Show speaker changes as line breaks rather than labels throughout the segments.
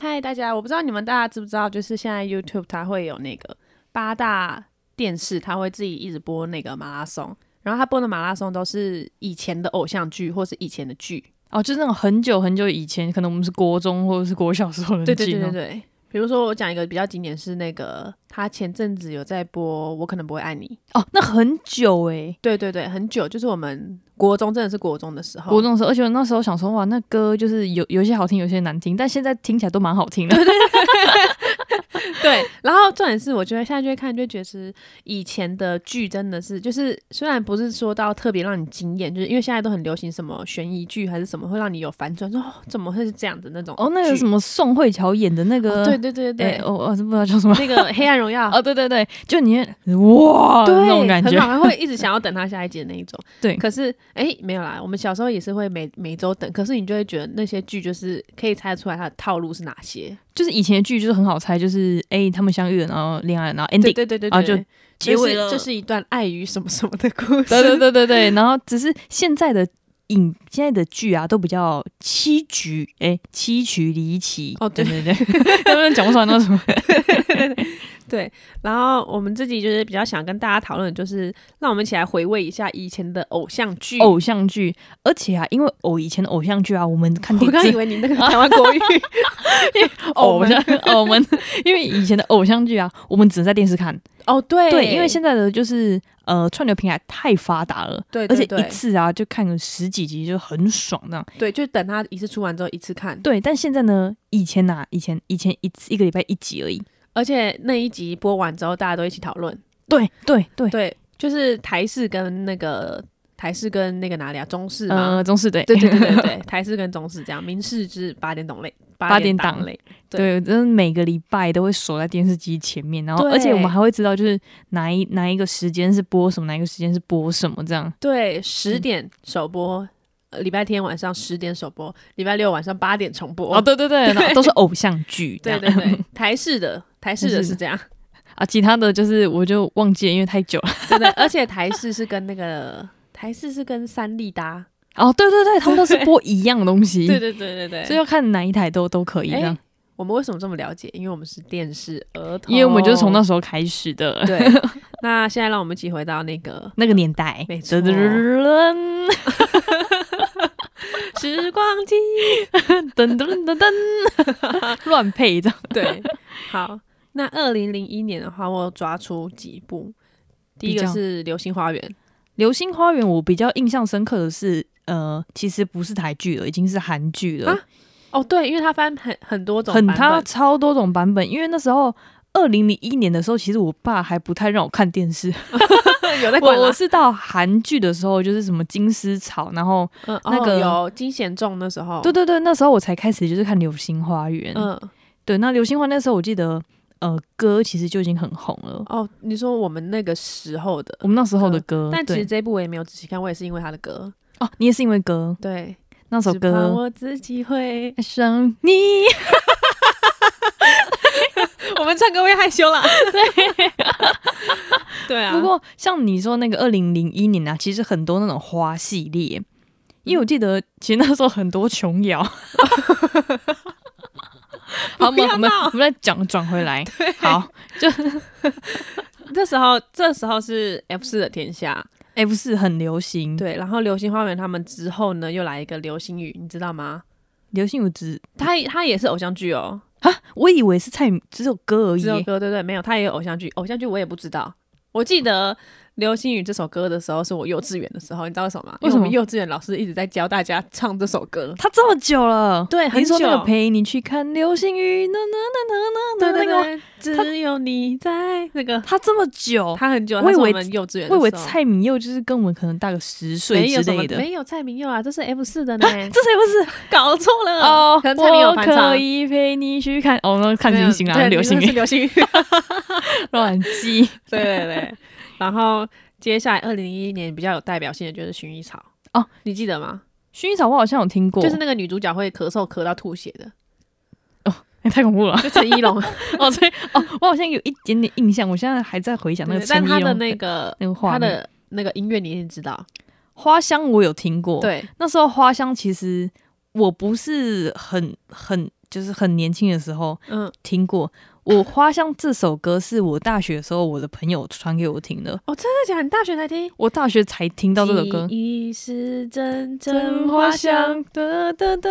嗨，大家，我不知道你们大家知不知道，就是现在 YouTube 它会有那个八大电视，它会自己一直播那个马拉松，然后它播的马拉松都是以前的偶像剧或是以前的剧。
哦，就是那种很久很久以前，可能我们是国中或者是国小时候的
对对
人
对
进
对
哦。
对，比如说我讲一个比较经典是那个，他前阵子有在播《我可能不会爱你》。
哦，那很久欸诶，
对对对，很久，就是我们国中真的是国中的时候，
国中的时候，而且我那时候想说，哇，那歌就是有有些好听，有些难听，但现在听起来都蛮好听的。
对，然后重点是，我觉得现在就会看，就会觉得是以前的剧真的是，就是虽然不是说到特别让你惊艳，就是因为现在都很流行什么悬疑剧还是什么，会让你有反转，说、哦、怎么会是这样的那种剧。
哦，那个什么宋慧乔演的那个，
哦对对对对
诶，哦哦，不知道叫什么。
那个《黑暗荣 耀》
哦，对对对，就你哇，
对，
哦那种感
很
觉
好，看，会一直想要等它下一集的那一种。
对
可是哎、没有啦，我们小时候也是会每每周等，可是你就会觉得那些剧就是可以猜出来它的套路是哪些。
就是以前的剧就是很好猜，就是哎他们相遇了，然后恋爱了，然后 ending，
对对对对对，
啊就结尾了
这是一段爱与什么什么的故事。
对对对对对，然后只是现在的影现在的剧啊，都比较七局，哎、七曲离奇。
哦对
对对， 他们讲不出来那什么。
对，然后我们自己就是比较想跟大家讨论，就是让我们一起来回味一下以前的偶像剧。
偶像剧，而且啊，因为偶以前的偶像剧啊，我们看
我
电
刚以
视
为你那个台湾 国语，
偶像 偶们，因为以前的偶像剧啊，我们只能在电视看。
哦，对
对，因为现在的就是呃串流平台太发达了，
对
而
对
且
对
一次啊就看个十几集就很爽那样。
对，就等他一次出完之后一次看，
对，但现在呢，以前呐、以前以前一次一个礼拜一集而已。
而且那一集播完之后，大家都一起讨论。
对对对，
对，就是台式跟那个台式跟那个哪里啊，中式 嘛。
呃，中式对
对对对对对，台式跟中式这样，明式之八点档类，八
点档
档类，
对，真的每个礼拜都会守在电视机前面，然后
对
而且我们还会知道就是哪一哪一个时间是播什么，哪一个时间是播什么这样。
对，
嗯
十点首播，呃礼拜天晚上十点首播，礼拜六晚上八点重播。
哦，对对对，然后都是偶像剧这
对
样。
对对，台式的台式的是这样，
啊，其他的就是我就忘记了，因为太久了。
真的，而且台式是跟那个台式是跟三立搭，
哦，对对对，他们都是播一样东西，
对对对对对，
嗯所以要看哪一台都都可以这
哎
样，
我们为什么这么了解？因为我们是电视儿童，
因为我们就是从那时候开始的。
对。那现在让我们一起回到那个
那个年代，
没错
噔
时光机，
噔噔噔噔， 乱配这样。
对，好。那二零零一年的话，我有抓出几部，第一
比
个
较
是《流星花园》，
《流星花园》，我比较印象深刻的是，呃，其实不是台剧了，已经是韩剧了，
啊哦，对，因为它翻很很多种
很
版
它
本，
超多种版本。因为那时候二零零一年的时候，其实我爸还不太让我看电视，
有在管啊
哎我
吗
我？是到韩剧的时候，就是什么金丝草，然后、
嗯，
那
哦
个
有金贤重那时候，
对对对，那时候我才开始就是看《流星花园》。
哦嗯，
对，那《流星花》那时候我记得，呃，歌其实就已经很红了，
哦，你说我们那个时候的，
我们那时候的歌，
嗯但其
对
实这一部我也没有仔细看，我也是因为他的歌，
哦，你也是因为歌
对，
那首
只怕
歌。
我自己 会，
爱上你，
我们唱歌会害羞啦，对，对啊，
不过像你说那个二零零一年啊，其实很多那种花系列，因为我记得其实那时候很多琼瑶。好，我
不
们
要
我们
闹
我们再讲转回 来。好
这时候这时候是 F 四的天下，
，F 四哎很流行，《
对，然后流星花园他们之后呢，又来一个流星雨，你知道吗？
流星雨只
他他也是偶像剧哦，
我以为是蔡明只有歌而已
这首
耶。
歌对对，没有，他也有偶像剧，偶像剧我也不知道。我记得《流星雨》这首歌的时候是我幼稚园的时候，你知道为什么吗？因
为
为
什
我
么
们幼稚园老师一直在教大家唱这首歌。
他这么久了，
对很
你说那个
久
陪你去看流星雨，那那那那那那那个吗，
对，只有你在那个，
他这么久，
他很久，
我
他
以为
是我们幼稚园的时
我
候，
以为蔡明佑就是跟我们可能大个十岁
没有
之
什么
类的，
没有蔡明佑啊，这是 F 四 的呢，
这谁不是？
搞错了
哦，
嗯可能蔡明佑
我
翻唱
可。以陪你去看哦，那看星星
没
啊，
有对
流星
那是
雨，
流 星雨，
乱 记。
对对对。然后接下来二零一一年比较有代表性的就是《薰衣草》
哦，
你记得吗？
薰衣草我好像有听过，
就是那个女主角会咳嗽咳到吐血的，
哎太恐 怖了
就陈一 龙，
哦，所以哦，我好像有一点点印象，我现在还在回想那个
对但
陈
他
奕
的
龙
那个
那个画
他
面
的那个音乐你一定知道，
花香，我有听过。，
对
那时候花香其实我不是很很就是很年轻的时候
嗯，
听过。我《花香》这首歌是我大学的时候我的朋友传给我听的，
哦，真的假的？你大学才听？
我大学才听到这首歌。
记忆是阵阵
真
花
花
香
香。，哒哒哒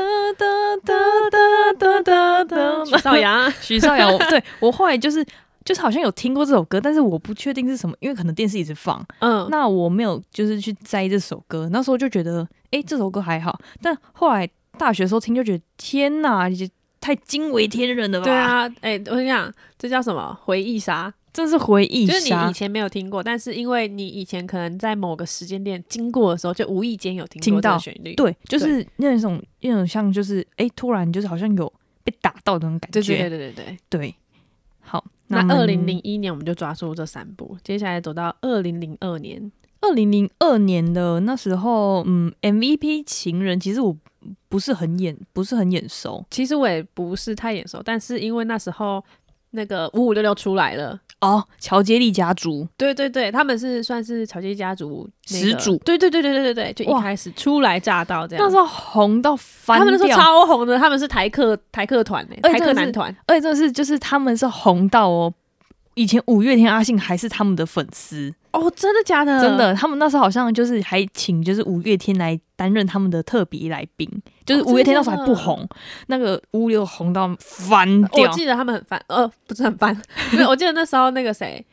哒哒哒哒 哒
许绍洋
徐少阳，我对我后来就是就是好像有听过这首歌，但是我不确定是什么，因为可能电视一直放，
嗯，
那我没有就是去摘这首歌。那时候就觉得，诶，这首歌还好，但后来大学的时候听就觉得，天哪，也太惊为天人了吧？
对，啊，哎、我跟你讲，这叫什么回忆杀？
真是回忆
就是你
杀
以。前没有听过，但是因为你以前可能在某个时间点经过的时候，就无意间有听
听
过这
到
个旋律。
对，就是那种那种像就是，诶，突然就是好像有被打到的那种感觉。
对对对对对。
对好，
那
么
二零零一年我们就抓住这三部，接下来走到二零零二年。
二零零二年的那时候，嗯，MVP 情人其实我不是很眼不是很眼熟
其实我也不是太眼熟，但是因为那时候那个五五六六出来了，
哦，乔杰利家族
对对对，他们是算是乔杰家族、那个
始祖
对对对对对对对，就一
哇
开始初来乍到这样。
那时候红到翻
他
掉，
们那时候超红的，他们是台客台客团呢、
哎
台
真的
客
是
男团。
而且真的是就是他们是红到哦。以前五月天阿信还是他们的粉丝，
哦，真的假的？
真的，他们那时候好像就是还请就是五月天来担任他们的特别来宾，就是
哦
五月
真
天
的哦
那时候还不红，那个五六红到翻
我
掉，
记得他们很烦，呃，不是很 烦，不是，我记得那时候那个谁，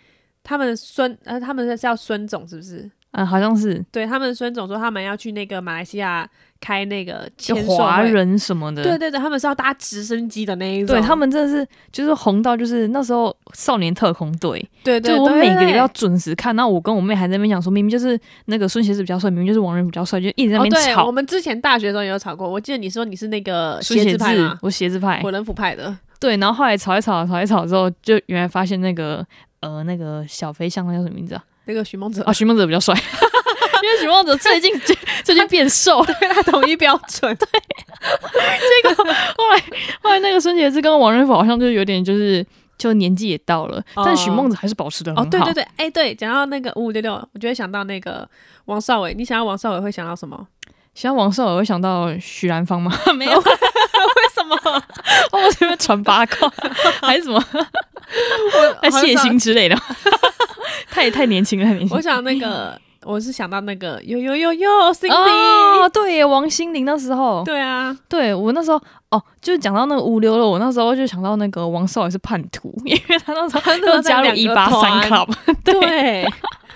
他们孙，呃，他们是叫孙总是不是？
嗯，好像是
对他们孙总说他们要去那个马来西亚开那个
就
签售
华
会，
人什么的，
对对对，他们是要搭直升机的那一种，
对他们真的是就是红到就是那时候少年特工队，
对对，
就我
对
每个
对
礼拜要准时看。然后我跟我妹还在那边讲说，明明就是那个孙协志比较帅，明明就是王仁比较帅，就一直在那
哦，
边
对，
吵。
我们之前大学的时候也有吵过，我记得你说你是那个
孙
鞋
协
子派
志
嘛，，
我鞋子派
火，人府派的，
对。然后后来吵一吵，吵一吵之后，就原来发现那个呃那个小飞象那叫什么名字啊？
那个徐梦泽
啊，，徐梦泽比较帅， 因为徐梦泽最近最近变瘦了。
对他统一标准，
后来后来那个孙协志跟王仁甫好像就有点就是就年纪也到了，但许
哦
梦泽还是保持的很
哦，
好。
对对对，哎、对，讲到那个五五六六，我就会想到那个王少伟。你想到王少伟会想到什么？
想到王少，我会想到许兰芳吗？ 没有，为什么？ 我随便传八卦，还是什
哦
么？
我
还谢欣，之类的？ 太太年轻了，太年轻
我
了。
想那个，我是想到那个有有有有 c i
哦，对耶，王心凌那时候，
对啊，
对我那时候哦，就是讲到那个五六六，我那时候就想到那个王少也是叛徒，因为他那时候
时候
又
在
加入
两
一
个
八三
团
club，
对，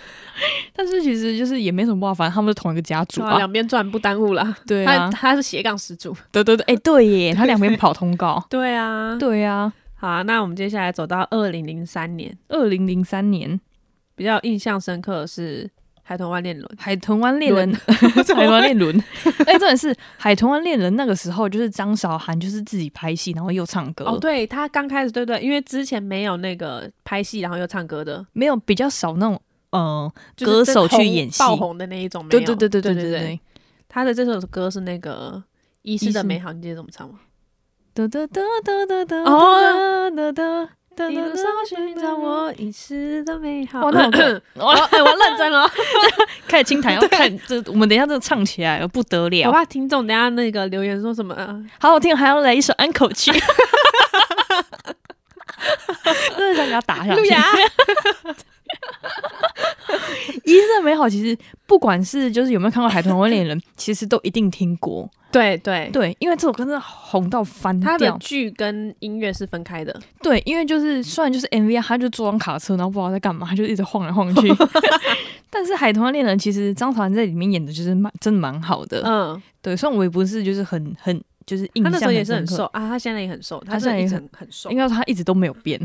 但是其实就是也没什么不好，反正他们是同一个家族
对啊
啊。
两边赚不耽误啦。
对
他
啊，
他是斜杠始祖，
对对对，哎、对耶，他两边跑通 告。
对啊，
对啊，
好啊，那我们接下来走到二零零三年，
二零零三年
比较印象深刻的是《海豚湾恋 人》，
海豚湾恋人
轮，
海豚湾恋人， 哎、重点是海豚湾恋人那个时候就是张韶涵就是自己拍戏，然后又唱歌，
哦，对他刚开始，对对，因为之前没有那个拍戏然后又唱歌的，
没有比较少那种呃
就是
歌
真
手去
红
演戏
爆红的那一种，没
对
有
对对对
对
对
对
对。
他的这首歌是那个《遗失
遗
的
失
美好》，你记得怎么唱吗？
哒哒哒哒哒哒
哦
哒哒哒哒
一路上寻找我遗失的美好。
哇那首 歌
我哎，我认真 了，
哦开始清台，要看这我们等一下这唱起来了不得
我
了，
怕听众等一下那个留言说什么，呃
好好听，还要来一首安口 曲，真的想给他打下去
路。 亚，
一世美好，其实不管是就是有没有看过《海豚湾恋 人》，其实都一定听过。
对对，
对，因为这首歌真的红到翻
他的
掉。
剧跟音乐是分开的，
对，因为就是虽然就是 MV，啊他就坐上卡车，然后不知道在干嘛，他就一直晃来晃 去。 但是《海豚湾恋人》其实张韶涵在里面演的就是蛮真的蛮好的。
嗯，
对，虽然我也不是就是很很就是印
他
象
那时候也是很
深刻
瘦，啊，他现在也很瘦，他
他现
真
在
的一
也
直很很瘦
应。该说他一直都没有 变。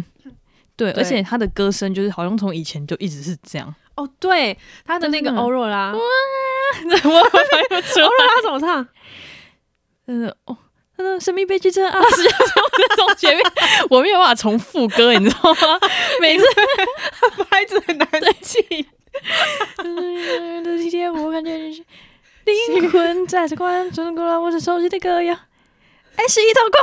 对，
对
而且他的歌声就是好像从以前就一直是这样。
哦，对，他的那个
真的
欧若拉，欧
我 我没有
若
出
拉怎么唱？
嗯哦，他的神秘悲剧 真啊，是这从前面我没有办法重复歌，你知 道吗？每次
拍子很难记。
的今天我感觉就是灵魂在这关，穿过了我是熟悉的歌谣，爱是一道光。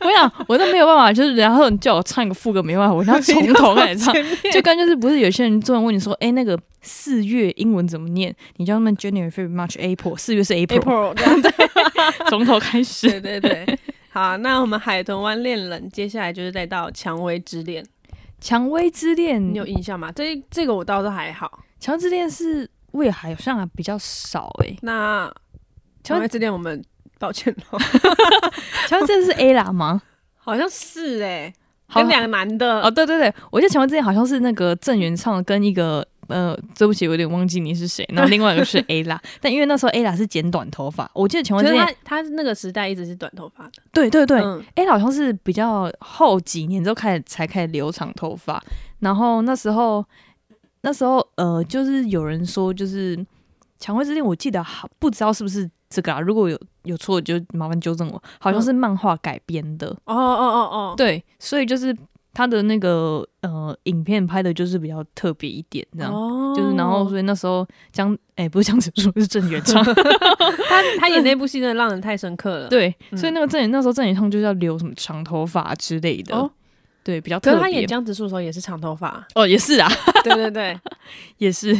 我想，我都没有办法，就是然后你叫我唱一个副歌，没办法，我要从头开始唱。就
就
跟就是不是有些人突然问你说，哎、那个四月英文怎么念？你叫他们 January、February、March、April，四月是 April，
April 这样对，
从头开始。
对对对，好，那我们海豚湾恋人，接下来就是再到蔷薇之恋，
蔷薇之恋
你，有印象吗？这这个我倒是还好。
蔷薇之恋是我也好像还比较少诶、
那蔷薇之恋，我们抱歉 喽，
蔷薇之恋是 A 啦吗？
好像是哎、
好
跟两个男的
哦，对对对，我记得蔷薇之恋好像是那个郑元畅跟一个呃，对不起，我有点忘记你是谁。然后另外一 个是 A 啦，但因为那时候 A 啦是剪短头发，我记得蔷薇
可
之
是
恋
他他那个时代一直是短头发的，
对对对、
嗯
a 好像是比较后几年之后开始才开始留长头发，然后那时候那时候呃，就是有人说就是《蔷薇之恋》，我记得好不知道是不是这个啊，如果有有错就麻烦纠正我，好像
嗯
是漫画改编的，
哦哦哦哦，
对，所以就是他的那个呃影片拍的就是比较特别一点这样。
哦
就是，然后所以那时候江哎、不是江直树，是郑元 畅，
他他演那部戏真的让人太深刻了。，
对，
嗯
所以那个郑元那时候郑元畅就是要留什么长头发之类的，
哦
对，比较
可
特
是
别。，
他演江直树的时候也是长头 发
哦，也是啊，
对对对，
也是。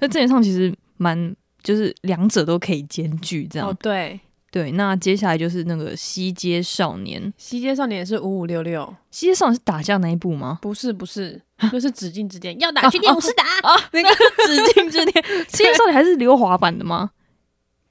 那郑元畅其实蛮就是两者都可以兼具这样。
哦对，
对，那接下来就是那个《西街少年》，《
《西街少年》是五五六六，
西街少年》是打架那一部吗？
不是不是，就是指定之间要打 去练武士打。
啊，那个指定之恋，《西街少年》还是刘华版 的吗？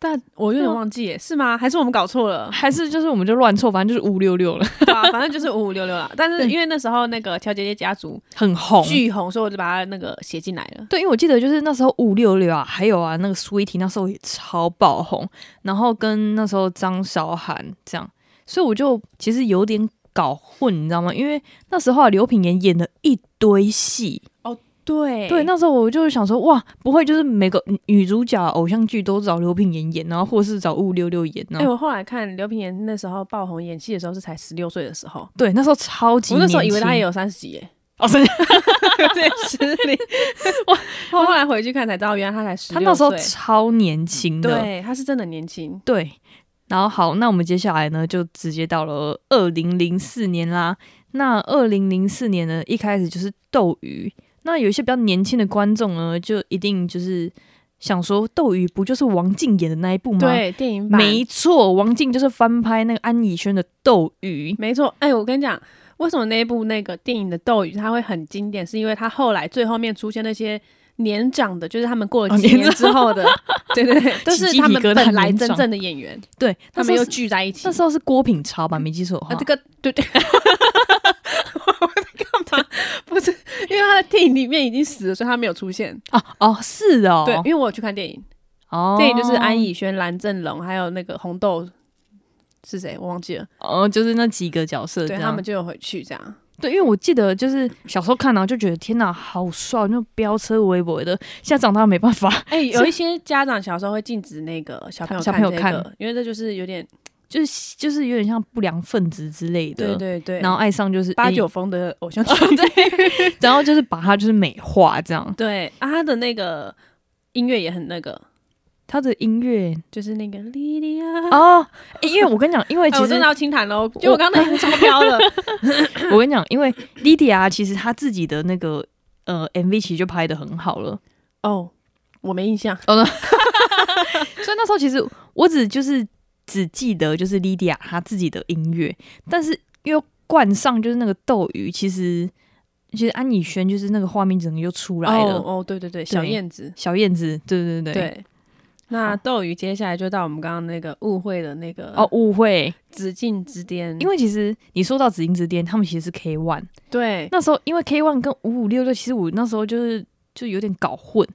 但我有点忘记耶，是吗？还是我们搞错 了？
还是就是我们就乱凑，反正就是五六六了，
对啊，反正就是五五六六啦。但是
对
因为那时候那个乔姐姐家族
很红。
巨红，所以我就把它那个写进来了。
对，因为我记得就是那时候五六六啊，还有啊那个 Sweetie 那时候也超爆红，然后跟那时候张韶涵这样，所以我就其实有点搞混，你知道吗？因为那时候啊，刘品言演了一堆戏，
对
对，那时候我就想说，哇，不会就是每个女女主角偶像剧都找刘品言演，然后或是找五六六演呢？
哎、我后来看刘品言那时候爆红演戏的时候是才十六岁的时候，
对，那时候超级
我
年轻，
那时候以为他也有三十几 耶，
哦，真的，
有点失 礼。我我后来回去看才知道，原来他才十
他
六
那时候
岁。
超年轻的，
对，他是真的年轻。
对，然后好，那我们接下来呢，就直接到了二零零四年啦。那二零零四年呢，一开始就是斗鱼。那有一些比较年轻的观众呢，就一定就是想说，斗鱼不就是王静演的那一部吗？，
对，电影版
没错，王静就是翻拍那个安以轩的《斗鱼》。
没错，哎、我跟你讲，为什么那一部那个电影的《斗鱼》它会很经典，是因为它后来最后面出现那些年长的，就是他们过了
哦
几
年
年之后的，对对 对，都
起
是
鸡
他
皮
们
疙瘩
本来
年
真
长
正的演员，
对，
他
那时
们
候
又
是
聚在一起
那。时候是郭品超吧，没记错的话。
啊，这个对 对，我在干嘛？ 不是，因为他在电影里面已经死了，所以他没有出现。
啊哦是哦，
对，因，为我有去看电影，
哦，
电影就是安，以轩、蓝正龙还有那个红豆是谁，我忘记了。
哦就是那几个角色这
对
样，
他们就有回去这样。
对，因为我记得就是小时候看，然后就觉得天哪，好帅，那种飙车微博的。现在长大没办法，
哎、有一些家长小时候会禁止那个小朋友
小
看
朋友
这个，
看
因为这就是有点
就是就是有点像不良分子之类的。
对对对，
啊然后爱上就是
八
哎
九风的偶 像剧，
然后就是把它就是美化这样。
对啊，他的那个音乐也很那个，
他的音 乐
就是那个莉莉啊，
哦、哎因为我跟你讲，因 为
哎
其
我
实、
真的要清谈喽，就我刚才已经超标 了，
我跟你讲，因为 Lydia 其实她自己的那个呃 MV 其实就拍的很好了，
哦，我没印
哦
象，
所以那时候其实我只就是只记得就是 Lydia 她自己的音乐，但是因为冠上就是那个斗鱼，其实其实安以轩就是那个画面整个就出来了。
哦哦，对对对，小燕子，
小燕子，对对对
对。那斗鱼接下来就到我们刚刚那个误会的那个
哦，误会，
紫禁之巅，
因为其实你说到紫禁之巅，他们其实是 K One。
嗯对
那时候因为 K One 跟五五六六，其实我那时候就是就有点搞混，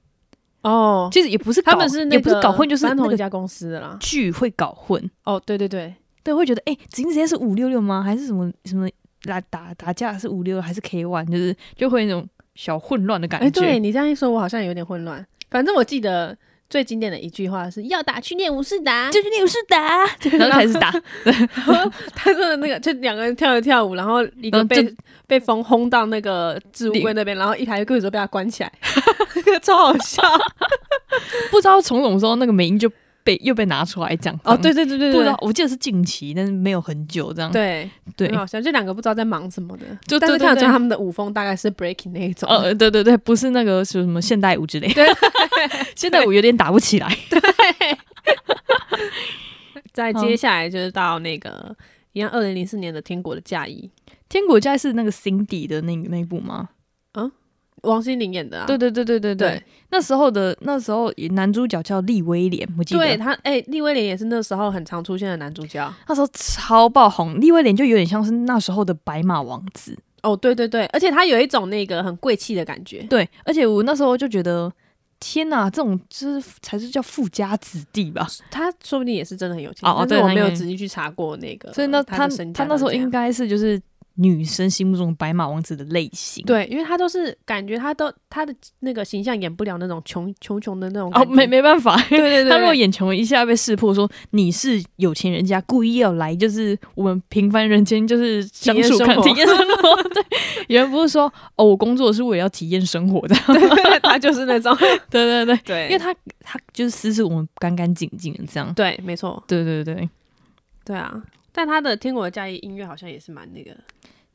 哦，
其实也不是搞
他们是那个
也不是搞混，就是
搬
那
同一
个
家公司的啦，
剧会搞混，
哦，对对对。
对，会觉得哎，诶紫禁之巅是五六六吗？还是什么什么来打打架是五六还是 K One？就是就会有那种小混乱的感
哎、
觉。
对你这样一说，我好像有点混乱。反正我记得最经典的一句话是“要打去练武士打
就是你有事打，然后开始打，”，
然后 他说的那个就两个人跳一跳舞，然后一
然
个
后
被
就
被风轰到那个置物柜那边，然后一台柜子都被他关起来， 超好笑。
不知道从什么时候那个美音就被又被拿出来讲。
哦，对对对对
嗯不知
对
道，我记得是近期，但是没有很久这样。
对，
对
很，好笑。这两个不知道在忙什么的，
就
但是看得
对对
出来
对
他们的舞风大概是 breaking 那一种。
呃，对对对，不是那个什么现代舞 呃之类的，现代舞有点打不起来。
再接下来就是到那个一样，二零零四年的《天国的嫁衣
天国家是那个 Cindy 的那那一部吗？》，
王心凌演的啊。
对对对对对对，
对
那时候的那时候男主角叫利威廉，我记得。
对他，哎、利威廉也是那时候很常出现的男主角。
那时候超爆红，利威廉就有点像是那时候的白马王子，
哦，对对对，而且他有一种那个很贵气的感觉。
对，而且我那时候就觉得，天哪，这种就是才是叫富家子弟吧。
他说不定也是真的很有钱，
哦哦
但
对
是
他
我
应
没有
该
仔细去查过那个，
所以那
呃他
他
的身
他
家
那时候
长怎样
应该是就是女生心目中白马王子的类型。
对，因为他都是感觉他都他的那个形象演不了那种穷穷穷的那种
哦，
感觉
没没办法，
对对对，
他如果
对
眼穷一下被识破，说你是有钱人家，故意要来就是我们平凡人间就是相
验
处
生
看
活
体验生活。 对，有人不是说哦，我工作是为了要体验生活的。对
他就是那种
对对，
对因
因为
为他
他他就是私事我们干干净净的这样。
对，没错，
对对对，
对啊。但他的《天国的嫁衣》音乐好像也是蛮那个，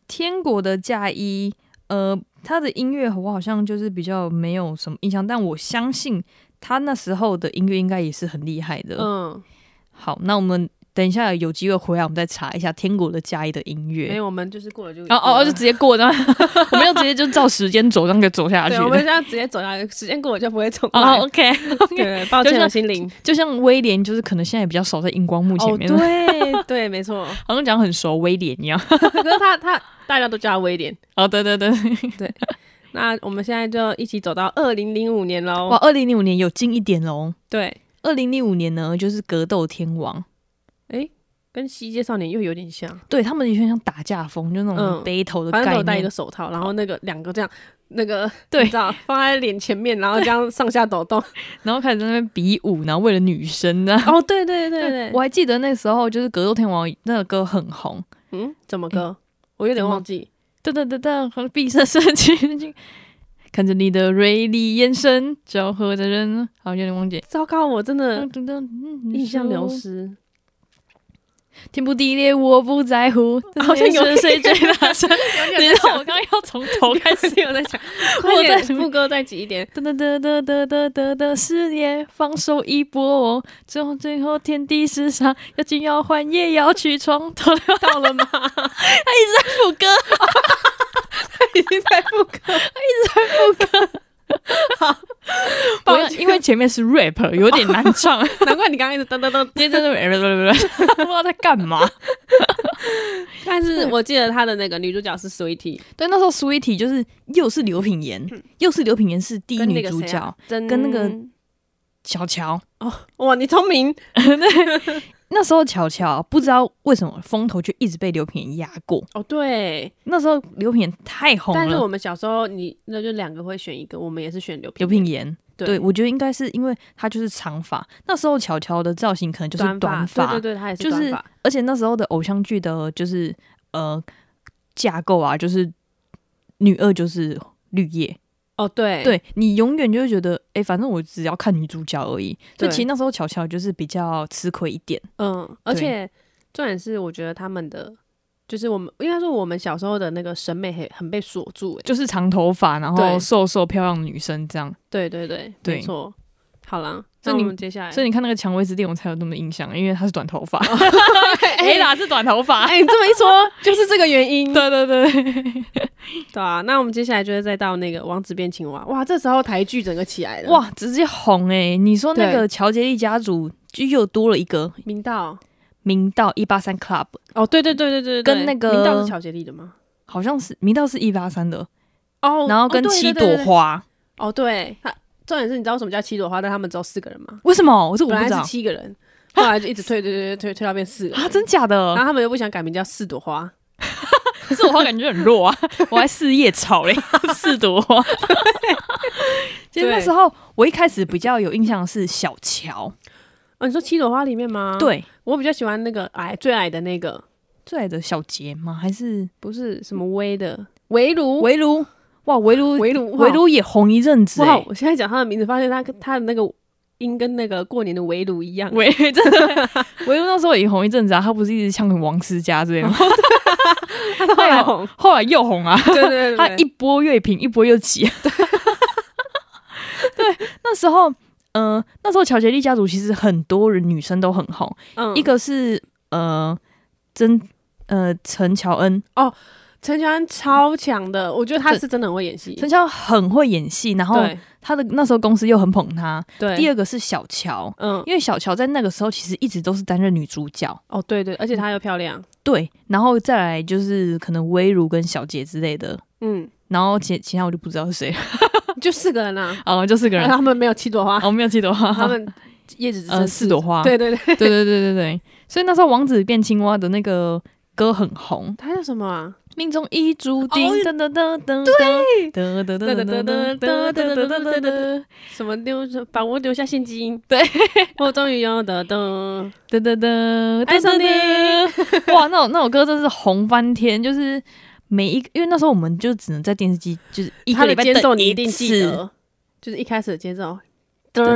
天国的嫁衣，呃，他的音乐我好像就是比较没有什么印象，但我相信他那时候的音乐应该也是很厉害的。
嗯，
好，那我们等一下有机会回来，我们再查一下天国的嫁衣的音
没
乐。
有，我们就是过了就
哦哦，
过
哦
了
就直接 过，然后我们要直接就照时间走，这样给走下去
对，。我们 这样直接走下去，时间过了就不会重来。
哦，OK，
对对，抱
就
歉，
像
我心灵。
就像威廉，就是可能现在比较少在荧光幕前
哦，
面，
对对，没错。
好像讲很熟威廉一样。
可是他他大家都叫他威廉。
哦，对对对，
那我们现在就一起走到二零零五年
哇，
喽。
二零零五年有近一点喽。
对，
二零零五年呢，就是格斗天王，
诶，跟《西街少年》又有点像。
对他们有点像打架风，就那
嗯
种 battle 的
反正
概
都有戴一
念。
个手套，然后那个两个这样，那个
对
你知道放在脸前面，然后这样上下抖 动。
然后开始在那边比武，然后为了女生呢、
哦，对对对对，
我还记得那时候就是《格斗天王》那个歌很红，
嗯，怎么歌？我有点忘记。
噔噔噔噔，和闭上身去，看着你的锐利眼神，交合的人，好有点忘记。
糟糕，我真的
噔噔噔，嗯
印象流， 失。
天不地裂，我不在乎。
好像有
这是谁最大声？你
有
知道我刚刚要从头 开始。
有在想，快
我在
点副歌再挤一点。
噔噔噔噔噔噔噔噔，是年放手一搏、哦，最后最后天地是沙，要进要换也要去闯，到了到了 吗？他一直在副歌，
已经在副歌，
不
抱
要
歉
因为前面是 rap，有点难唱，
难怪你刚刚一直噔噔 噔。
因为真的 不知道在干嘛。
但是我记得他的那个女主角是 Sweetie，
对，那时候 Sweetie 就是又是刘品言，又是刘品言是第一
嗯跟那
女
个
主
谁
角、
啊，真
跟那个巧巧。
哇，你聪明，
那时候巧巧不知道为什么风头就一直被刘品言压过，
哦，对。
那时候刘品言太红了，
但是我们小时候，你那就两个会选一个，我们也是选刘
刘品言。
对
我觉得应该是因为她就是长发，那时候巧巧的造型可能就是短
发，
发，
对对对，他也是
就是
短发，
而且那时候的偶像剧的，就是呃架构啊，就是女二就是绿叶，
哦，对
对你永远就会觉得，哎、反正我只要看女主角而已。所
对
以其实那时候巧巧就是比较吃亏一点，
嗯，而且重点是，我觉得他们的就是我们应该说我们小时候的那个审美很很被锁住，哎，
就是长头发，然后
对
瘦瘦漂亮的女生这样。
对对对，
对
没错。好啦，那
所以
我
你
们接下来，
所以你看那个《蔷薇之恋》，我才有那么印象，因为她是短头发， 黑啦是短头发。
哦哎，你这么一说， 就是这个原因，
对对对，
对啊。那我们接下来就是再到那个王子变青蛙，哇，这时候台剧整个起来了，，
哇，直接红哎、你说那
对
个乔杰利家族就又多了一个
明道，
明道一八三 club，
哦，对对对对对，对
跟那个
明道是乔杰利的吗？
好像是明道是一八三的，
哦，
然后
哦
跟
对对
七
对
朵
对
花，
哦，对，他重点是你知道为什么叫七朵花，但他们只有四个人吗？
为什么？我这我
本
不
来
知道
是七个人，后来就一直推推推推推推到变四个人
啊，真假
然后
的？
他们又不想改名叫四朵花，
可是我花感觉很 弱啊，我还四叶草嘞，四朵 花。其实那时候我一开始比较有印象的是小乔，
哦，你说七朵花里面吗？，
对，
我比较喜欢那个矮最矮的那个，
最矮的小杰吗？还是
不是什么威的围炉，
围炉？哇，哦围炉，
围炉，
围炉也红一阵子
哇！
欸
哇，我现在讲他的名字，发现他跟他的那个音跟那个过年的围炉一样。
围真的，围炉那时候也红一阵子啊，他不是一直呛王思佳之类的吗？哦
他后来红，
后来又红啊，
对对对对，
他一波越平，一波又起。对，那时候嗯、呃，那时候乔杰利家族其实很多人女生都很红，
嗯，
一个是呃曾呃陈乔恩，
陈乔恩超强的，我觉得他
对
是真的很会演戏。
陈乔恩很会演戏，然后
对
他的那时候公司又很捧他。
对，
第二个是小乔，
嗯，
因为小乔在那个时候其实一直都是担任女主角，
哦对对，而
嗯
且她又漂亮，
对，然后再来就是可能微如跟小杰之类的，
嗯，
然后其其他我就不知道是谁了，
就四个人啊，
哦，就四 个人，
他们没有七朵花，
哦，没有记得
他
他
们叶子只
呃
剩
四朵花，
对对对，
对对对对对，所以那时候王子变青蛙的那个歌很红，
他叫什么啊？
命中已注定，
哦
噔噔噔噔，对，噔噔噔噔噔噔噔噔噔噔噔
什么留把我留下现金？
对，
我终于有的的。
噔噔噔，
爱上你
噔！哇，那首那首歌真是红翻天，就是每一个，因为那时候我们就只能在电视机，就是一
他
个
的
礼拜
间奏
等
你一定记得，就是一开始的间奏。噔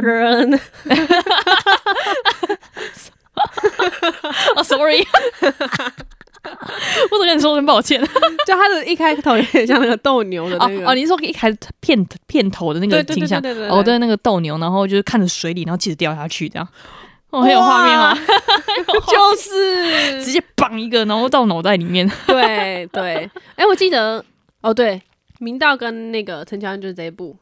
次。哦，sorry，我怎么跟你说声抱歉？
就他的一开头有点像那个斗牛的
哦
那个，
哦，你是说一开始片片头的那
对
个
对
景
对对
象？
对对，
哦，对，那个斗牛，然后就是看着水里，然后记得掉下去这样。哦，很有画面啊！
就
直
是
接绑一个，然后到脑袋里面。
对对。哎，我记得哦，对，明道跟那个陈乔恩就是这一部，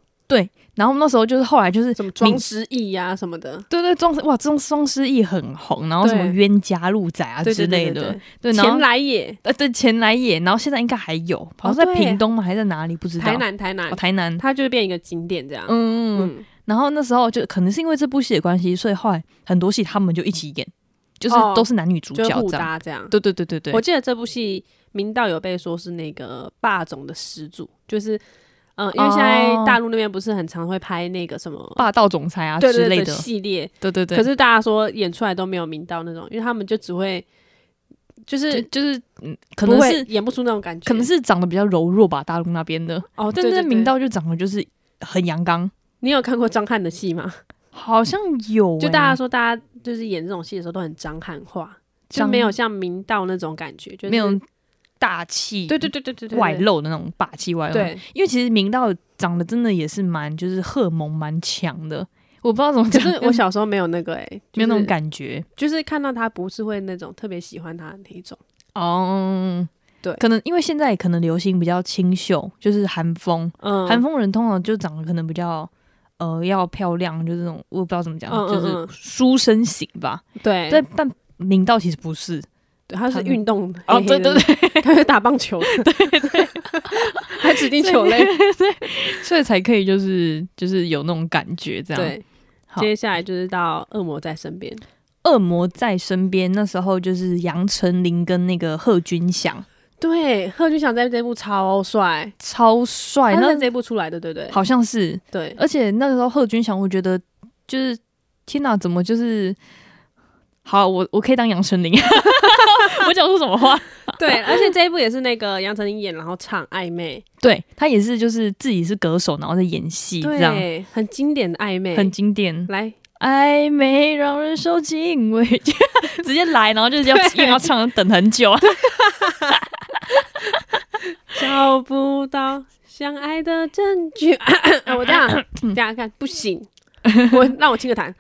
然后那时候就是后来就是
什么
明
庄失忆呀啊什么的，
对对装哇，这种双失忆很红，然后什么
对
冤家路窄啊
对
之
对
类
对对，
的对，
对，
然后
前来也，
呃对前来也，然后现在应该还有，好像在
对
屏东吗？还是在哪里？不知道。
台南台南
哦，，台南。
它就变一个景点这样。
嗯嗯，嗯
嗯，
然后那时候就可能是因为这部戏的关系，所以后来很多戏他们就一起演，就是
哦
都是男女主
就
角
互
这样。
搭这样。
对对对对对
我，记得这部戏明道有被说是那个霸总的始祖，就是嗯、呃因为现在
哦
大陆那边不是很常会拍那个什么、
霸道总裁啊
对
之
对
类
对
的。
系列，
对对对，
可是大家说演出来都没有明道那种，因为他们就只会就是
就就是嗯，可
不
能
会
是
演不出那种感觉，
可能是长得比较柔弱吧，大陆那边的。
哦，
但
对
是
对
明
对
道就长得就是很阳刚，
你有看过张翰的戏吗？
好像有欸、
就大家说大家就是演这种戏的时候都很张翰化，就
张
没有像明道那种感觉，就是
没有大气，
对对对对对对
外露啊的那种霸气外露。，
对，
因为其实明道长得真的也是蛮，就是荷尔蒙蛮强的，我不知道怎么
可
讲，
是我小时候没有那个哎、欸，
没有那
就是
种感觉
就是看到他不是会那种特别喜欢他的那一种。
哦。
对
可能因为现在可能流行比较清秀，就是韩风，
嗯
韩、风人通常就长得可能比较。呃，要漂亮，就是那种我不知道怎么讲，
嗯嗯
就是
嗯哎
书生型吧。
对
但但明道其实不是
对，他
他
是
们
运动的
哦，对对对，
对，他是打棒球的，对 对，还指定球类。
所以才可以就是就是有那种感觉这样。，
对，
好
接下来就是到恶魔在身边，
恶魔在身边那时候就是杨丞琳跟那个贺军翔
对，贺军翔在这部超帅，
超帅，
他是在
那
这部出来的，对不对？
好像是，
对，
而且那个时候贺军翔，我觉得就是天哪，怎么就是。好，我我可以当杨丞琳， 我讲出什么话？
对，而且这一部也是那个杨丞琳演，然后唱暧昧，
对他也是，就是自己是歌手，然后在演戏，这样
对，很经典的暧昧，
很经典。
来，
暧昧让人受尽委屈， 直接来，然后就是要硬要唱，等很久。啊
找不到相爱的证据。 啊、我这样 这样看不行，我让我清个痰。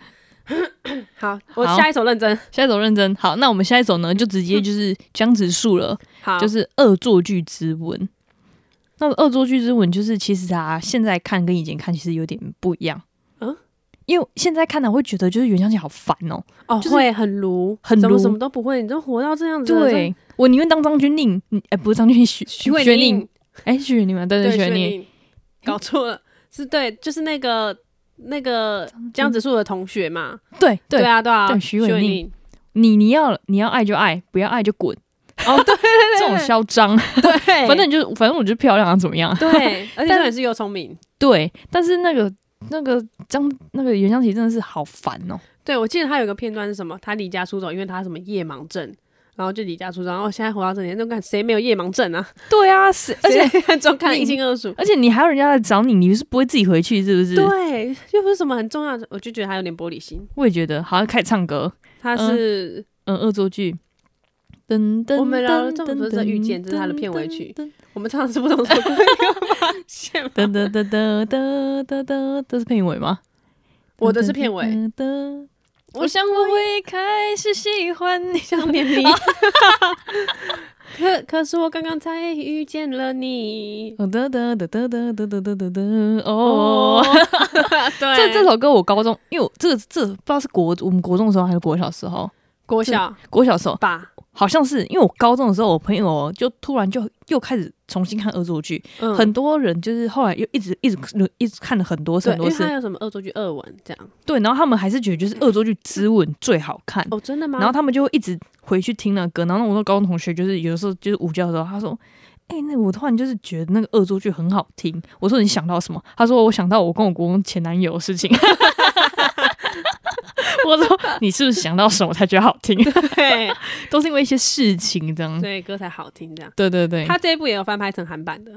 好，我
好
下一首认真。
下一首认真，好，那我们下一首呢，就直接就是江直树了，
嗯好，
就是《恶作剧之吻》。那个《恶作剧之吻》就是其实啊，现在看跟以前看其实有点不一样，嗯
嗯，
因为现在看呢会觉得就是袁湘琴好烦哦、
哦，
就是
会很卢，
很
怎么
卢
什么都不会，你就活到这样子。
对，我宁愿当张钧甯，嗯哎、不是张钧甯，徐
徐慧
甯
宁，
哎，徐甯甯嘛，对
对
对，
徐慧
徐甯甯，
宁，搞错了，是对，就是那个那个江直树的同学嘛。
对
对
对，
啊，对啊，
对徐
徐
慧宁
宁。
你你要你要爱就爱，不要爱就滚，
哦，对
这种嚣张，
对，
反正你就反正我就漂亮啊，怎么 样？
对，而且
但
他也是又聪明。
对，但是那个那个张那个袁湘琴真的是好烦哦、
对，我记得他有个片段是什么？他离家出走，因为他什么夜盲症，然后就离家出走。然后现在活到这里，那看谁没有夜盲症啊？
对啊，是而且
谁都看得
你
一清二楚。
而且你还有人家来找你，你是不会自己回去是不是？
对，又不是什么很重要的，我就觉得他有点玻璃心。
我也觉得，好像开始唱歌，
他是、
嗯，恶作剧。噔噔，
我们聊了
噔
这么多
噔
这
噔
遇见这是他的片尾曲。我们唱的是不同的歌，你有发现吗？
噔噔噔噔噔噔噔噔，这是片尾吗？
我的是片尾
噔噔噔噔
我想我
会开始喜欢你。
想念你，
哦
可 可是我刚刚才遇见了你。
噔噔噔噔噔噔噔噔噔噔
哦
哦，，
对，
这这首歌我高中，因为我这个这不知道是国我们国中的时候还是国小时候，
国小
国小时候
吧，
好像是因为我高中的时候，我朋友就突然就又开始重新看恶作剧，
嗯
很多人就是后来又一直一直一直看了很多次
对，
很
因
多
为
次
它，有什么恶作剧、恶文这样。
对，然后他们还是觉得就是恶作剧之吻最好看，
哦，真的吗？
然后他们就会一直回去听那歌，然后我那高中同学就是有的时候就是午觉的时候，他说。哎、那我突然就是觉得那个恶作剧很好听。我说你想到什么？他说我想到我跟我国中前男友的事情。我说你是不是想到什么才觉得好 听？
对
都是因为一些事情这样。
所以歌才好听这样。
对对对，
他这一部也有翻拍成韩版的，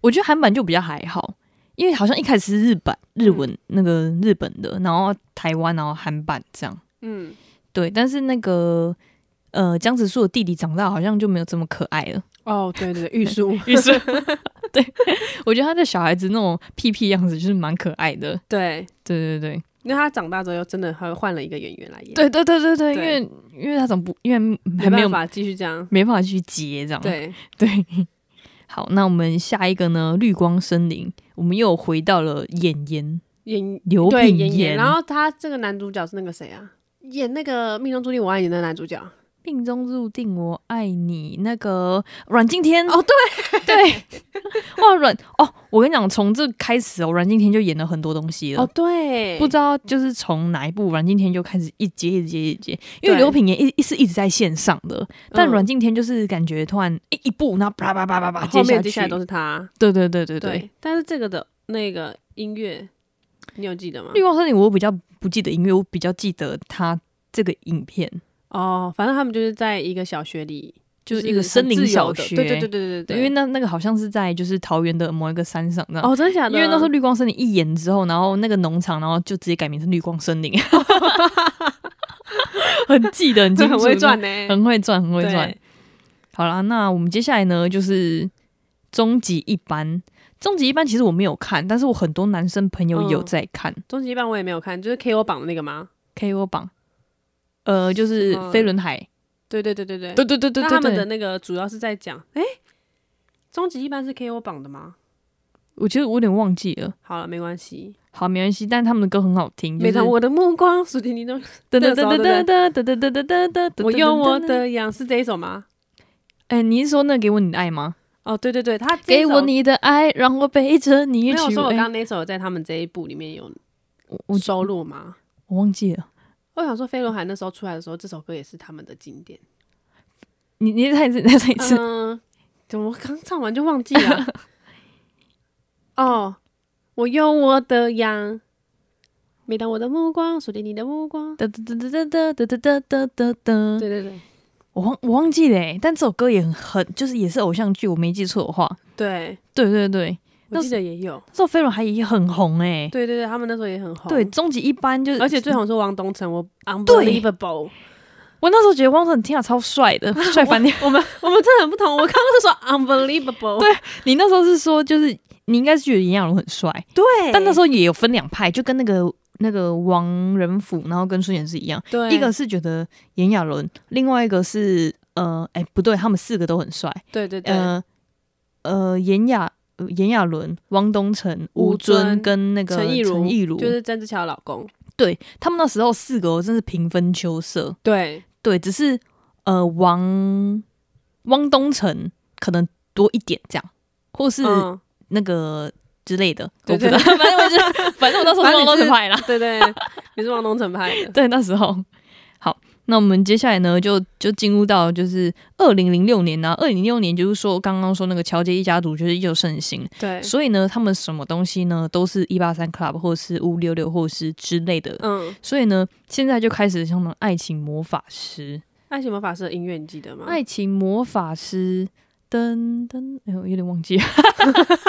我觉得韩版就比较还好，因为好像一开始是日版日文、那个日本的，然后台湾，然后韩版这样。
嗯，
对，但是那个呃江直树的弟弟长大好像就没有这么可爱了。
哦，对对对，玉树，
于是， 对我觉得他的小孩子那种屁屁样子就是蛮可爱的。
对，
对对对
因为他长大之后又真的还换了一个演员来演，，
对对对对对，因
对
为因为他总不因为还
没
没有哦
办法继续这样，
没办法去接这样。
对，
对， 好，那我们下一个呢？绿光森林，我们又回到了演员
演
刘
对
品
演
言，
演，然后他这个男主角是那个谁啊？演那个《命中注定我爱你》的男主角
命中注定我爱你那个阮经天
哦，对，
对，哇阮哦，我跟你讲，从这开始哦，阮经天就演了很多东西 了。
哦对，
不知道就是从哪一部阮经天就开始一接一接一接，因
对
为刘品言一一是一直在线上的，但
嗯啊
阮经天就是感觉突然一一步，然后啪啪啪啪啪
后
接
面
下
接下来
去，
都是他，
对对对对对。
对，但是这个的那个音乐，你有记得吗
绿？光森林我比较不记得音乐，我比较记得他这个影片，
哦，反正他们就是在一个小学里，
就是
是
一个森林
很自由
小
的
学，
对对对对对
对因为那那个好像是在就是桃园的某一个山上那。
哦，真的假的？
因为那时候绿光森林一演之后，然后那个农场，然后就直接改名成绿光森 林， 很记得很
这
清
很
楚，
会赚，呢，
很会赚，很会
对
赚。好啦，那我们接下来呢，就是终极一班。终极一班其实我没有看，但是我很多男生朋友有
嗯
在看、
终极一班我也没有看，就是 KO 榜的那个吗？
KO 榜，呃，就是
什么
飞轮海，
对对对对对。
对对对对
那
对
他们的
对。
那个主要是在讲，哎，终极一班是 KO 榜的吗？
我觉得我有点忘记了，
好了，没关系。
好没关系，但他们的歌很好听，
每
就是
当我的目光锁定你 的，
噔
那
噔
个时候
噔噔噔噔噔噔噔噔噔，
我用我，的样是这一首吗？
哎，你是说那给我你的爱吗？
哦，对对对，他这一
给
首
我你的爱，让我背着
没
你
有
去。
说，我
哎
刚刚那首在他们这一部里面有
我我
收录吗？
我忘记了，
我想说，飞轮海那时候出来的时候，这首歌也是他们的经典。
你你再一次再再一次，
嗯，怎么刚唱完就忘记了？哦，我有我的羊。每当我的目光锁定你的目光，
噔噔噔噔噔噔噔噔噔噔
对对对
我忘我忘记了哎，但这首歌也很很就是也是偶像剧，我没记错的话，
对，
对对对，
我记得也有，
这首飞轮海也很红哎，
对对对，他们那时候也很红，
对，，终极一班就是，
而且最红是王东城，我 unbelievable，
我那时候觉得汪晨听啊超 帅的，帅翻掉。
我们我们真的很不同，我刚刚就说 unbelievable，对
你那时候是说，就是你应该是觉得炎亚纶很帅，
对
但那时
候
候也有分两派，就跟那个那个王仁甫，然后跟孙燕姿一样，
对
一个是觉得炎亚纶，另外一个是呃，哎、不对，他们四个都很帅，
对对对，
呃呃，炎亚呃炎亚纶、汪东城、
吴
吴尊
尊
跟那个
陈亦
陈亦儒，
就是郑智乔的老公，
对他们那时候四个真是平分秋色，
对
对，只是呃王汪东城可能多一点这样，或是。
嗯
那个之类的，
对
我不知道，反正 我就反正我那时候
反正
是
你
汪
是
东派啦。
对对，你是王东城拍 的，
对，那时候好，那我们接下来呢，就就进入到就是二零零六年呢、2二零零啊六年就是说刚刚说那个乔杰一家族就是又盛行，
对，
所以呢，他们什么东西呢，都是一八三 club 或是五六六或是之类的。
嗯，
所以呢，现在就开始像那种爱情魔法师，
爱情魔法师的音乐你记得吗？
爱情魔法师，噔噔，哎呦，有点忘记了，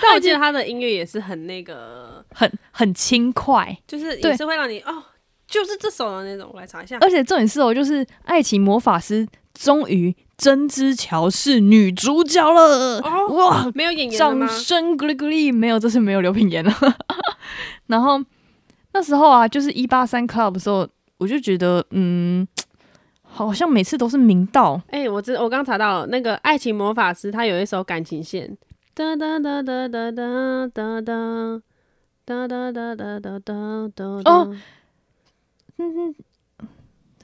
但我记得他的音乐也是很那个，
很很轻快，
就是也
对
是会让你哦，就是这首的那种。我来查一下，
而且重点是哦，就是《爱情魔法师》终于真知乔是女主角了，
哦
哇！
没有演员的吗
掌？声鼓励鼓励，没有，这次没有刘品言了。然后那时候啊，就是一八三 club 的时候，我就觉得，嗯，好像每次都是明道，
哎、我知我刚查到了那个《爱情魔法师》，他有一首感情线，哒哒哒哒哒哒哒哒。哒哒哒哒哒哒哒！
哦，嗯，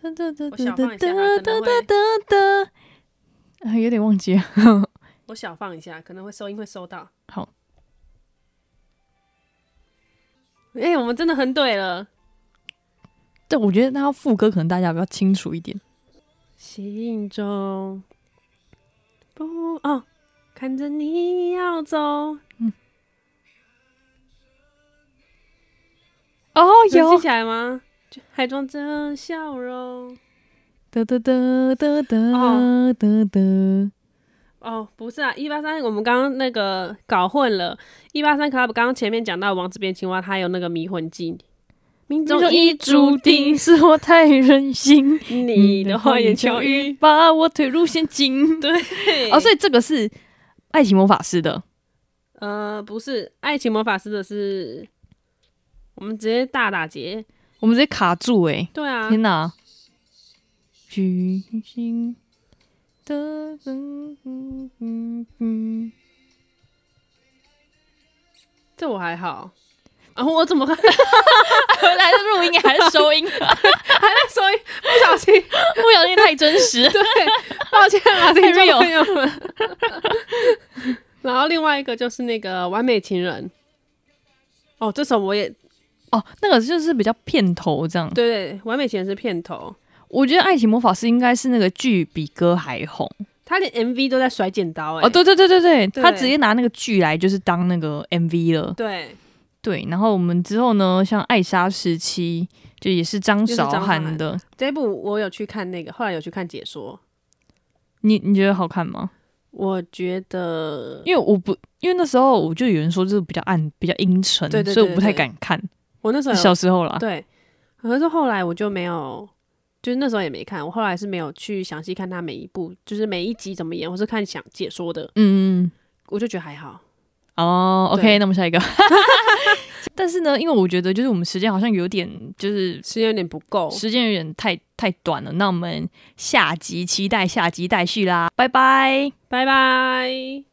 哒哒哒
我
哒
小
哒
放一下啊它可
哒
能
哒哒哒，啊，有点忘记了。
我小放一下，可能会收音会收到。
好，
哎、我们真的很对了。
但我觉得他副歌可能大家比较清楚一点。
心中不哦，看着你要走，
哦，
能记
有
起来吗？就还装着笑容。
哒哒哒哒哒
哦
哒哒，
哦，不是啊，一八三，我们刚刚那个搞混了。一八三 club 刚刚前面讲到王子变青蛙，它有那个迷魂计，命中已注定
是我太任性，
你的花言巧语。
把我推入陷阱。
对，
哦，所以这个是《爱情魔法师》的
呃，不是，爱情魔法师的是，我们直接大打结。
我们直接卡住哎、
对啊，
天哪！举行的灯，嗯嗯 嗯，
这我还好。啊，我怎么 看？
回来是录音还是收 音？不
所以不小心，
小心太真实。
对，抱歉啊，听众
real
朋友们。然后另外一个就是那个《完美情人》。哦，这首我也
哦，那个就是比较片头这样。
对对，《完美情人》是片头，
我觉得《爱情魔法师》应该是那个剧比歌还红。
他连 MV 都在甩剪刀哎、
哦，对对对对对，
对
他直接拿那个剧来就是当那个 MV 了。
对，
对，然后我们之后呢，像《艾莎时期》就也是张
就是
韶
张韶
涵
涵
的，
这部我有去看那个，后来有去看解说，
你你觉得好看吗？
我觉得
因为我不，因为那时候我就有人说就是比较暗、比较阴沉，
对对对
所以我不太
对
敢看。
我那时候有
小时候啦，
对，可是后来我就没有，就是那时候也没看，我后来是没有去详细看他每一部，就是每一集怎么演，我是看想解说的，
嗯，
我就觉得还好。
哦
对
，OK，那么下一个。 但是呢，因为我觉得就是我们时间好像有点，就是
时间有点不够，
时间有点太太短了。那我们下集期待下集待续啦，拜拜。
拜拜。